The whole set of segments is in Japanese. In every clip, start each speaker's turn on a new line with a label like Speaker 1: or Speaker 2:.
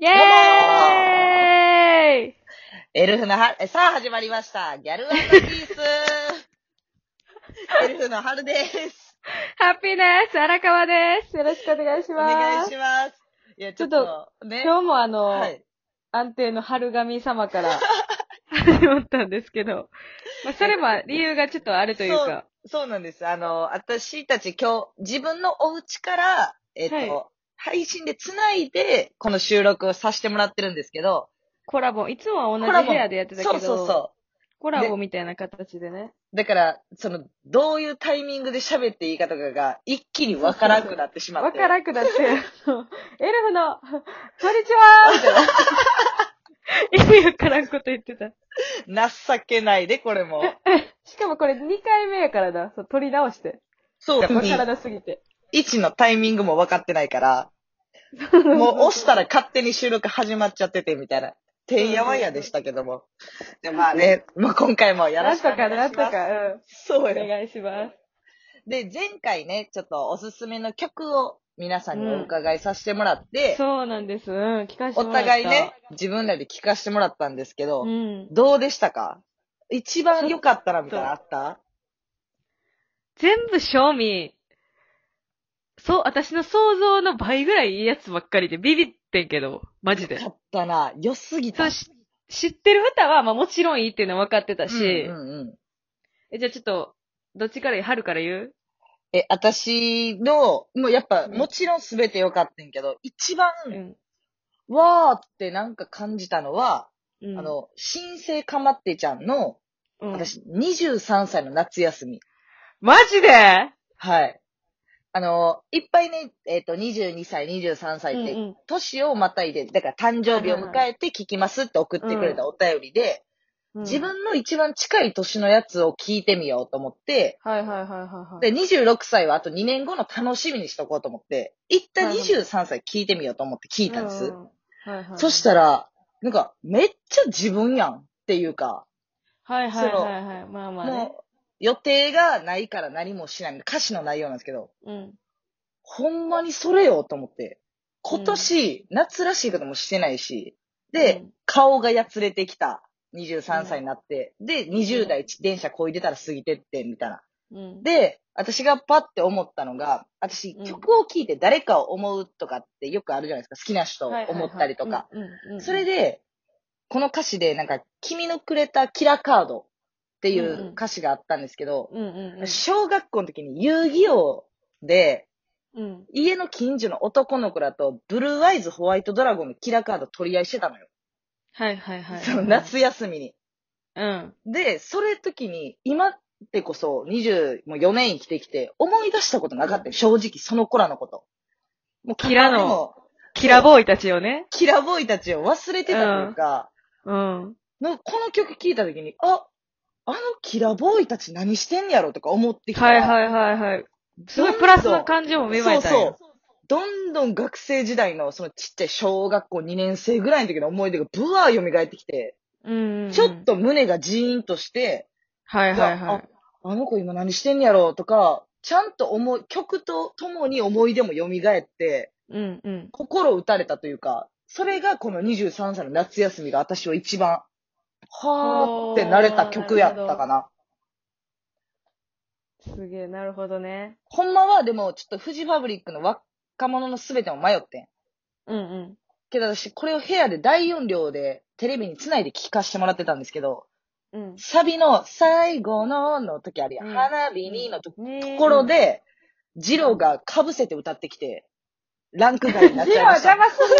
Speaker 1: イェーイ
Speaker 2: エルフの春、えさあ始まりました。ギャルアンドピースエルフの春です。
Speaker 1: ハッピーです荒川ですよろしくお願いし
Speaker 2: お
Speaker 1: ます。
Speaker 2: 願いします。いや、ちょっと、ね。
Speaker 1: 今日もあの、
Speaker 2: はい。
Speaker 1: 安定の春神様から 始まったんですけど、まあ、それも理由がちょっとあるというか、
Speaker 2: そうなんです。あの、私たち今日、自分のお家から、えっ、と、
Speaker 1: はい
Speaker 2: 配信で繋いで、この収録をさせてもらってるんですけど、
Speaker 1: コラボ、いつもは
Speaker 2: コ
Speaker 1: 同
Speaker 2: ラ
Speaker 1: じ
Speaker 2: ボ
Speaker 1: 部屋でやってたけど、
Speaker 2: そうそうそ
Speaker 1: コラボみたいな形でね。
Speaker 2: う。だから、その、どういうタイミングで喋っていいかとかが、一気にわからなくなってしまって。
Speaker 1: わからなくなっ て、あのエルフの、こんにちは みたいな。意味わからんこと言ってた。
Speaker 2: 情けないで、これも。
Speaker 1: しかもこれ2回目やからな、そう撮り直して。
Speaker 2: そう
Speaker 1: わからなすぎて。
Speaker 2: 位置のタイミングも分かってな いから、もう押したら勝手に収録始まっちゃっててみたいな。てんやわんやでしたけども。で、まあね、まあ今回もや
Speaker 1: な
Speaker 2: ら
Speaker 1: ん
Speaker 2: し
Speaker 1: と
Speaker 2: くお
Speaker 1: か、
Speaker 2: 願
Speaker 1: ないん
Speaker 2: し
Speaker 1: と
Speaker 2: ます。
Speaker 1: か、うん。
Speaker 2: そう
Speaker 1: お
Speaker 2: よ。
Speaker 1: 願いします。
Speaker 2: で、前回ね、ちょっとおすすめの曲を皆さんにお伺いさせてもらって、
Speaker 1: そうなんです。うん、聞かせて
Speaker 2: お
Speaker 1: もらった。
Speaker 2: 互いね、自分らで聞かせてもらったんですけど、
Speaker 1: うん。
Speaker 2: どうでしたか一番良かったなみたいなのあった
Speaker 1: 全部賞味、そう、私の想像の倍ぐらいいいやつばっかりでビビってんけど、マジで
Speaker 2: 良。かったな。良すぎた。
Speaker 1: そう、し知ってる歌は、まあもちろんいいっていうのは分かってたし、
Speaker 2: うんうんうん
Speaker 1: え、じゃあちょっと、どっちから言う春から言う
Speaker 2: え、私の、もうやっぱ、
Speaker 1: うん
Speaker 2: もちろん全て良かったんやけど、一番、
Speaker 1: うん。
Speaker 2: わーってなんか感じたのは、
Speaker 1: うん、
Speaker 2: あ、の、新生かまってちゃんの、
Speaker 1: うん、
Speaker 2: 私、23歳の夏休み。
Speaker 1: マジで
Speaker 2: はい。あの、いっぱいね、えっ、と、22歳、23歳って、
Speaker 1: うん
Speaker 2: 年をまたいで、だから誕生日を迎えて聞きますって送ってくれたお便りで、
Speaker 1: うん、
Speaker 2: 自、分の一番近い年のやつを聞いてみようと思って、
Speaker 1: はいはいはいはいはい。
Speaker 2: で、26歳はあと2年後の楽しみにしとこうと思って、一旦
Speaker 1: はいはい
Speaker 2: 23歳聞いてみようと思って聞いたんです。
Speaker 1: うんはいはい、
Speaker 2: そしたら、なんか、めっちゃ自分やんっていうか、
Speaker 1: はいはいはいはい。まあまあね。
Speaker 2: もう、予定がないから何もしない。歌詞の内容なんですけど、
Speaker 1: うん。
Speaker 2: ほんまにそれよと思って、今年、夏らしいこともしてないし、で、
Speaker 1: うん
Speaker 2: 顔がやつれてきた。23歳になって、で、20代電車こいでたら過ぎてって、みたいな。
Speaker 1: うん。
Speaker 2: で、私がパッて思ったのが、私
Speaker 1: うん
Speaker 2: 曲を聴いて誰かを思うとかってよくあるじゃないですか。好きな人を
Speaker 1: はいはいはい、
Speaker 2: 思ったりとか。
Speaker 1: うん。うんうん
Speaker 2: それで、この歌詞でなんか、君のくれたキラカードってい
Speaker 1: んうん
Speaker 2: う歌詞があったんですけど、
Speaker 1: うんうんうん。
Speaker 2: 小学校の時に遊戯王で、
Speaker 1: うん。
Speaker 2: 家の近所の男の子らと、ブルーアイズホワイトドラゴンのキラカード取り合いしてたのよ。
Speaker 1: はいはいはい。
Speaker 2: その。夏休みに。
Speaker 1: うん。
Speaker 2: で、それ時に、今ってこそ24年生きてきて、思い出したことなかったよ。正直、その子らのこと。もう、
Speaker 1: キラの
Speaker 2: でも。
Speaker 1: キラボーイたちよね。
Speaker 2: キラボーイたちを忘れてたというか、
Speaker 1: うん。
Speaker 2: のこの曲聴いた時に、あ、あのキラボーイたち何してんやろとか思ってきた
Speaker 1: はい
Speaker 2: ら。い。
Speaker 1: はいはいはい。すごいプラスの感情も芽生えたんや
Speaker 2: そうそう。どんどん学生時代の、そのちっちゃい小学校2年生ぐらいの時の思い出がブワー蘇ってきて、
Speaker 1: うんうん。
Speaker 2: ちょっ。と胸がジーンとして、
Speaker 1: はいはいは
Speaker 2: あ
Speaker 1: い。
Speaker 2: あの子今何してんやろうとか、ちゃんと思い、曲とともに思い出も蘇って、
Speaker 1: うんうん。
Speaker 2: 心打たれたというか、それがこの23歳の夏休みが私は一番、はーってなれた曲やったかな。
Speaker 1: すげえ、なるほどね。
Speaker 2: ほんまはでもちょっとフジファブリックの若者のすべても迷ってん。
Speaker 1: うんうん。
Speaker 2: けど私これを部屋で大音量でテレビにつないで聴かしてもらってたんですけど、
Speaker 1: うん。
Speaker 2: サビの最後のの時あるやん。
Speaker 1: うん
Speaker 2: 花火にの時と
Speaker 1: と
Speaker 2: ころ、で、ジローが被せて歌ってきて、ランク外になっ
Speaker 1: ジ
Speaker 2: ち
Speaker 1: ロー
Speaker 2: ゃいまし
Speaker 1: 邪
Speaker 2: た。
Speaker 1: 魔す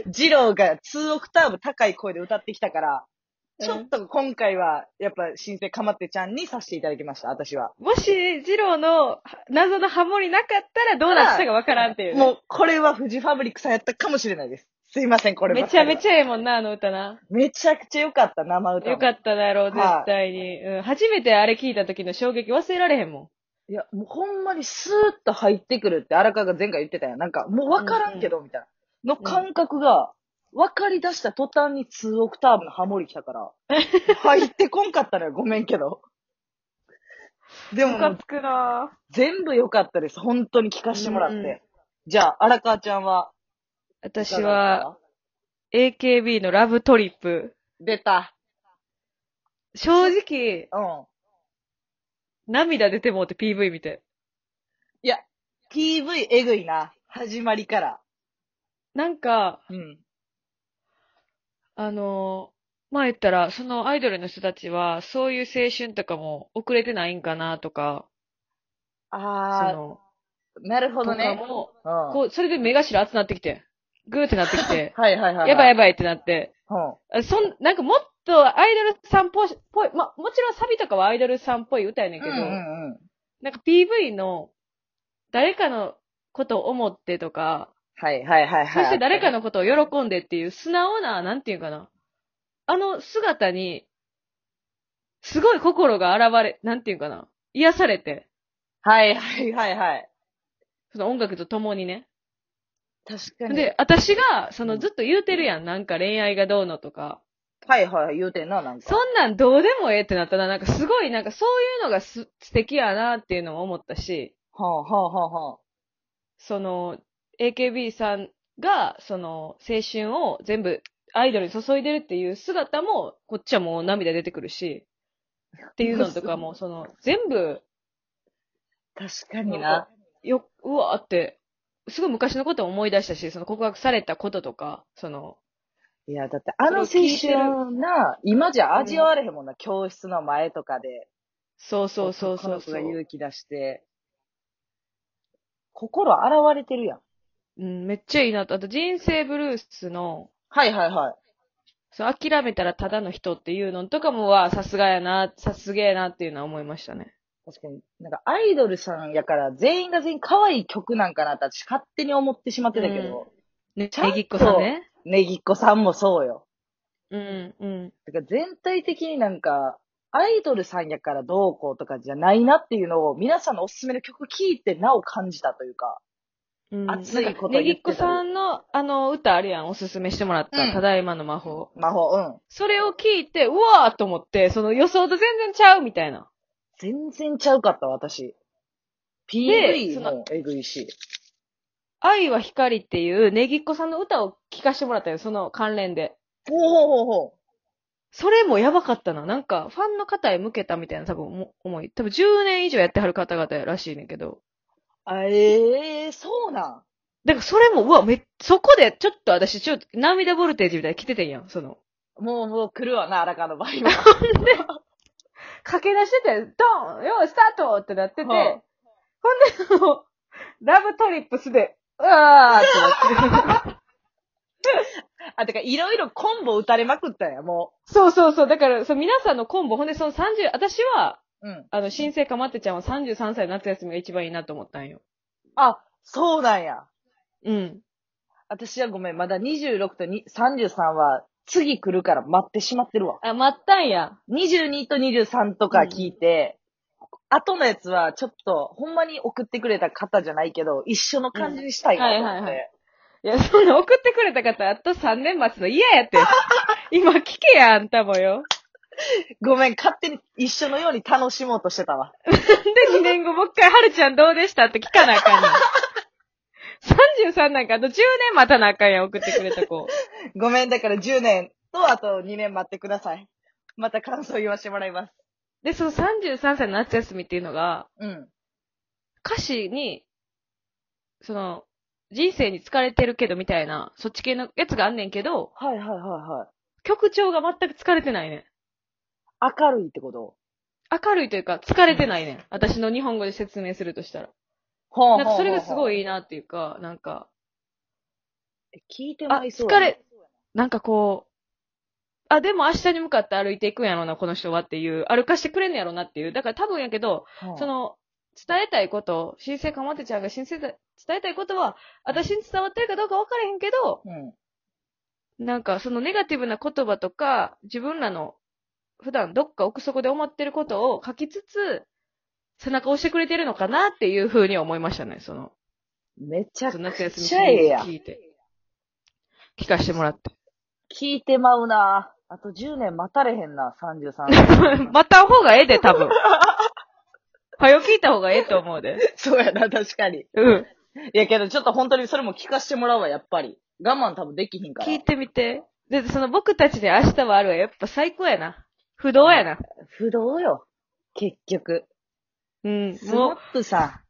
Speaker 1: んな
Speaker 2: ジローが2オクターブ高い声で歌ってきたから、 ちょっと今回は、やっぱ、新生かまってちゃんにさせていただきました、私は。
Speaker 1: もし、ジローの謎のハモリなかったらどうなってたかわからんっていうね。
Speaker 2: もう、これはフジファブリックさんやったかもしれないです。すいません、これ
Speaker 1: めちゃめ
Speaker 2: ゃ。
Speaker 1: ちゃええもんな、あの歌な。
Speaker 2: めちゃくちゃ良かった、生歌も。
Speaker 1: よか
Speaker 2: っ
Speaker 1: っただろう、
Speaker 2: はい
Speaker 1: 絶対に。うん。初めてあれ聞いた時の衝撃忘れられへんもん。
Speaker 2: た。いや、もうほんまにスーッと入ってくるって荒川が前回言ってたやん。なんか、もうわからんけど、みたいな。の感覚が、わかり出した途端に2オクターブのハモリ来たから、入ってこんかったのよ、ごめんけど。でも
Speaker 1: ム、カつくな
Speaker 2: 全部良かったです。本当に聞かせてもらって。
Speaker 1: うんうん
Speaker 2: じゃあ、荒川ちゃんは、
Speaker 1: 私
Speaker 2: いかがだ
Speaker 1: は、
Speaker 2: っ
Speaker 1: AKB のラブトリップ。
Speaker 2: 出た。
Speaker 1: 正直、
Speaker 2: うん。
Speaker 1: 涙出てもうて PV 見て。
Speaker 2: PV えぐいな。始まりから。
Speaker 1: なんか、
Speaker 2: うん。
Speaker 1: あのー、まあ言ったら、そのアイドルの人たちは、そういう青春とかも遅れてないんかなとか、そ
Speaker 2: あ
Speaker 1: の、
Speaker 2: ー、なるほ
Speaker 1: と
Speaker 2: ど
Speaker 1: か
Speaker 2: ね。
Speaker 1: も、
Speaker 2: うん。、
Speaker 1: こう、それで目頭熱なってきて、グーってなってきて
Speaker 2: はい はいはい。
Speaker 1: やばいや
Speaker 2: ばい。
Speaker 1: ばいってなって、
Speaker 2: うん。
Speaker 1: あそん、なんかもっとアイドルさんっぽい、ぽいまあもちろんサビとかはアイドルさんっぽい歌やねんけど、
Speaker 2: うんうんうん。
Speaker 1: なんか PV の、誰かのことを思ってとか、
Speaker 2: はいはいはい
Speaker 1: そ
Speaker 2: はい。
Speaker 1: して誰か
Speaker 2: の。
Speaker 1: のことを喜んでっていう素直な、なんていうかな。あの姿に、すごい心が現れ、なんていうかな。癒されて、
Speaker 2: はいはいはいはい。
Speaker 1: その音楽と共にね。
Speaker 2: 確かに。
Speaker 1: で、私が、そうの
Speaker 2: ん
Speaker 1: ずっと言うてるやん。なんか恋愛がどうのとか。
Speaker 2: はいはい、言うてんな、なんか。
Speaker 1: そんなんどうでもええってなったら、なんかすごい、なんかそういうのがす素敵やなっていうのも思ったし、
Speaker 2: はあはあはあはあ。
Speaker 1: その、AKB さんが、その、青春を全部アイドルに注いでるっていう姿も、こっちはもう涙出てくるし、っていうのとかも、その、全部、
Speaker 2: 確かにな。
Speaker 1: よ、うわーって、すごい昔のことを思い出したし、その告白されたこととか、その、
Speaker 2: いや、だってあの青春な、今じゃ味わわれへんもんな、教室の前とかで。
Speaker 1: そうそうそう
Speaker 2: 男
Speaker 1: そ
Speaker 2: の
Speaker 1: う
Speaker 2: 子
Speaker 1: そ
Speaker 2: が
Speaker 1: う。
Speaker 2: 勇気出して。心現れてるやん。
Speaker 1: うん、めっちゃいいなと。あと、人生ブルースの、
Speaker 2: はいはいはい。
Speaker 1: その諦めたらただの人っていうのとかもは、さすがやな、さすげえなっていうのは思いましたね。
Speaker 2: 確かに、なんかアイドルさんやから全員が全員可愛い曲なんかなって私勝手に思ってしまってたけど、
Speaker 1: ね、
Speaker 2: ちゃんと
Speaker 1: ねぎっこさんね。
Speaker 2: ネギっ子さんもそうよ。
Speaker 1: うん、うん。
Speaker 2: だから全体的になんか、アイドルさんやからどうこうとかじゃないなっていうのを皆さんのおすすめの曲聴いてなお感じたというか。
Speaker 1: うん
Speaker 2: 熱い
Speaker 1: な
Speaker 2: こと
Speaker 1: んかねぎ
Speaker 2: 言
Speaker 1: っ
Speaker 2: っ
Speaker 1: て
Speaker 2: た
Speaker 1: こさんの、あの、歌あるやん、おすすめしてもらった、
Speaker 2: うん
Speaker 1: ただいまの魔法。
Speaker 2: 魔法、うん。
Speaker 1: それを聞いて、うわーと思って、その予想と全然ちゃうみたいな。
Speaker 2: 全然ちゃうかった、私。
Speaker 1: で
Speaker 2: PV
Speaker 1: その
Speaker 2: もえぐいし。
Speaker 1: 愛は光っていう、ねぎっこさんの歌を聞かせてもらったよ、その関連で。
Speaker 2: ほうほうほうほ
Speaker 1: それもやばかったな。なんか、ファンの方へ向けたみたいな、多分思思い。多分10年以上やってはる方々らしいねんけど。
Speaker 2: う。あええー、そうなん。
Speaker 1: だからそれも、うわ、め、そこで、ちょっと私、ちょっと涙ボルテージみたいなの来ててんやん、その。
Speaker 2: もうもう来るわな、荒川の場合 は。
Speaker 1: 駆け出してて、ドンよースタートってなってて、
Speaker 2: はい
Speaker 1: ほんで、もう、ラブトリップスで、うわーってなって。
Speaker 2: あ、てか、いろいろコンボ打たれまくったんや、も
Speaker 1: そうそうそう。だから、そう、皆さんのコンボ、ほんで、その30、私は、
Speaker 2: う。うん。
Speaker 1: あの、新生かまってちゃんは33歳の夏休みが一番いいなと思ったんよ。
Speaker 2: あ、そうなんや。
Speaker 1: うん。
Speaker 2: 私はごめん、まだ26とに33は、次来るから待ってしまってるわ。
Speaker 1: あ、待ったんや。
Speaker 2: 22と23とか聞いて、後のやつはちょっと、ほんまに送ってくれた方じゃないけど、一緒の感じにしたいなと思って。
Speaker 1: うんはいはいはいや、そんな送ってくれた方、あと3年待つの嫌や って。今聞けや、あんたもよ。
Speaker 2: ごめん、勝手に一緒のように楽しもうとしてたわ。
Speaker 1: で、2年後もう一回、はるちゃんどうでしたって聞かなあかんねん。33なんかあと10年待たなあかんやん、送ってくれた子。
Speaker 2: ごめん、だから10年とあと2年待ってください。また感想言わせてもらいます。
Speaker 1: で、その33歳の夏休みっていうのが、
Speaker 2: うん。
Speaker 1: 歌詞に、その、人生に疲れてるけどみたいな、そっち系のやつがあんねんけど、
Speaker 2: はいはいはいは
Speaker 1: 曲調が全く疲れてないねん。
Speaker 2: い。明るいってこと
Speaker 1: 明るいというか、疲れてないねん。私の日本語で説明するとしたら。
Speaker 2: ほ
Speaker 1: なんかそれがすごい
Speaker 2: い。
Speaker 1: いいなっていうか、なんか、
Speaker 2: え聞いて
Speaker 1: あ、
Speaker 2: まいそう。
Speaker 1: 疲れ。、なんかこう、あ、でも明日に向かって歩いていくんやろな、この人はっていう、歩かしてくれんねやろなっていう。だから多分やけど、そ、の、伝えたいこと、新生かまってちゃんが新生だ伝えたいことは、私に伝わってるかどうか分からへんけど、
Speaker 2: うん。
Speaker 1: なんかそのネガティブな言葉とか、自分らの普段どっか奥底で思ってることを書きつつ、背中を押してくれてるのかなっていうふうに思いましたね、その、
Speaker 2: めちゃ
Speaker 1: そ
Speaker 2: く
Speaker 1: の夏休みシ
Speaker 2: ちゃええ
Speaker 1: リー
Speaker 2: や
Speaker 1: ズ聞いて、聞かしてもらって。
Speaker 2: 聞いてまうな。あと10年待たれへんな、33。
Speaker 1: また方がええで、多分。はよ聞いた方がええと思うで。
Speaker 2: そうやな、確かに。
Speaker 1: うん。
Speaker 2: いやけど、ちょっと本当にそれも聞かせてもらうわ、やっぱり。我慢多分できひんから。
Speaker 1: 聞いてみて。で、その僕たちで明日はあるはやっぱ最高やな。不動やな。
Speaker 2: 不動よ。結局。
Speaker 1: うん。
Speaker 2: スモ
Speaker 1: も
Speaker 2: ッ
Speaker 1: う、
Speaker 2: プさ。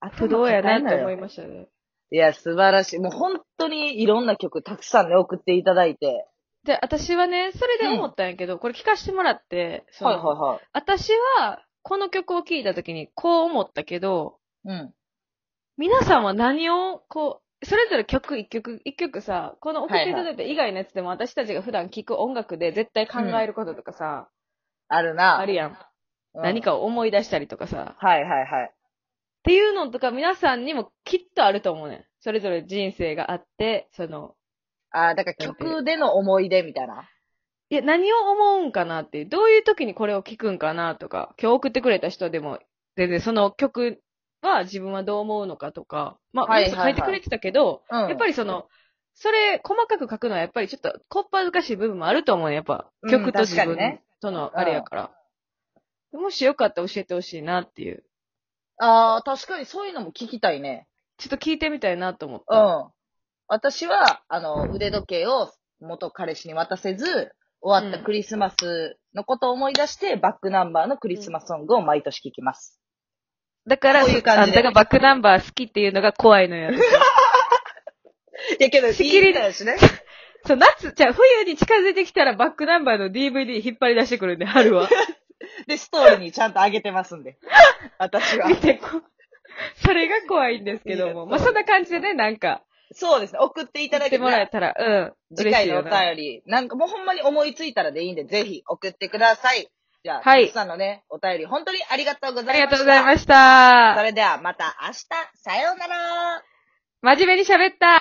Speaker 2: あ
Speaker 1: 不動やなって思いましたね。
Speaker 2: いや、素晴らしい。もう本当にいろんな曲たくさんね、送っていただいて。
Speaker 1: で、私はね、それで思ったんやけど、これ聞かせてもらって、その
Speaker 2: はいは
Speaker 1: 私は、この曲を聴いた時にこう思ったけど、
Speaker 2: いはい。うん。
Speaker 1: 皆さんは何を、こう、それぞれ曲一曲、一曲さ、この送っていただいた以外のやつでも、私たちが普段聴く音楽で絶対考えることとかさ、
Speaker 2: あるな。
Speaker 1: あるやん。
Speaker 2: うん
Speaker 1: 何。かを思い出したりとかさ、っ
Speaker 2: はいはいはい。
Speaker 1: ていうのとか皆さんにもきっとあると思うねん。それぞれ人生があって、その、
Speaker 2: あーだから曲での思い出みたいな。
Speaker 1: いや、何を思うんかなっていう、どういう時にこれを聞くんかなとか、今日送ってくれた人でも、全然その曲は自分はどう思うのかとか、まあ、
Speaker 2: はい
Speaker 1: 皆さん
Speaker 2: はい
Speaker 1: 書いてくれてたけど、
Speaker 2: うん。
Speaker 1: やっぱりその、それ細かく書くのはやっぱりちょっとこっぱずかしい部分もあると思うね。やっぱ
Speaker 2: うん
Speaker 1: 曲と自
Speaker 2: 確
Speaker 1: 分
Speaker 2: かにね
Speaker 1: とのあれやから。もしよかったら教えてほしいなっていう。
Speaker 2: ああ、確かにそういうのも聞きたいね。
Speaker 1: ちょっと聞いてみたいなと思っ
Speaker 2: う
Speaker 1: た。
Speaker 2: ん。私は、あの、腕時計を元彼氏に渡せず、終わったクリスマスのことを思い出して、バックナンバーのクリスマスソングを毎年聴きます。
Speaker 1: だから、
Speaker 2: そういう感じで
Speaker 1: あんたがバックナンバー好きっていうのが怖いの よ。
Speaker 2: いやけど、
Speaker 1: しきり
Speaker 2: だしね。
Speaker 1: そう、夏、じゃあ冬に近づいてきたらバックナンバーの DVD 引っ張り出してくるんで、春 は。
Speaker 2: で、ストーリーにちゃんと上げてますん で。私は
Speaker 1: 見。てこう。 それが怖いんですけど
Speaker 2: い
Speaker 1: も。
Speaker 2: い
Speaker 1: ま
Speaker 2: やつ
Speaker 1: あ、そんな感じでね、なんか、
Speaker 2: そうですね。送っていた
Speaker 1: 言
Speaker 2: だ
Speaker 1: っ
Speaker 2: け
Speaker 1: て
Speaker 2: た
Speaker 1: もらえ
Speaker 2: ら、
Speaker 1: たら、うん。
Speaker 2: 次
Speaker 1: 嬉し
Speaker 2: 回
Speaker 1: い
Speaker 2: のお
Speaker 1: よ
Speaker 2: 便
Speaker 1: な。
Speaker 2: り、なんかもうほんまに思いついたらでいいんで、ぜひ送ってください。じゃあ、
Speaker 1: はい
Speaker 2: たくさんのね、お便り、本当にありがとうございま
Speaker 1: あ
Speaker 2: し
Speaker 1: り
Speaker 2: た。
Speaker 1: がとうござい
Speaker 2: し
Speaker 1: ました
Speaker 2: そ
Speaker 1: た。
Speaker 2: れではまた明日、さようなら。
Speaker 1: 真面目に喋った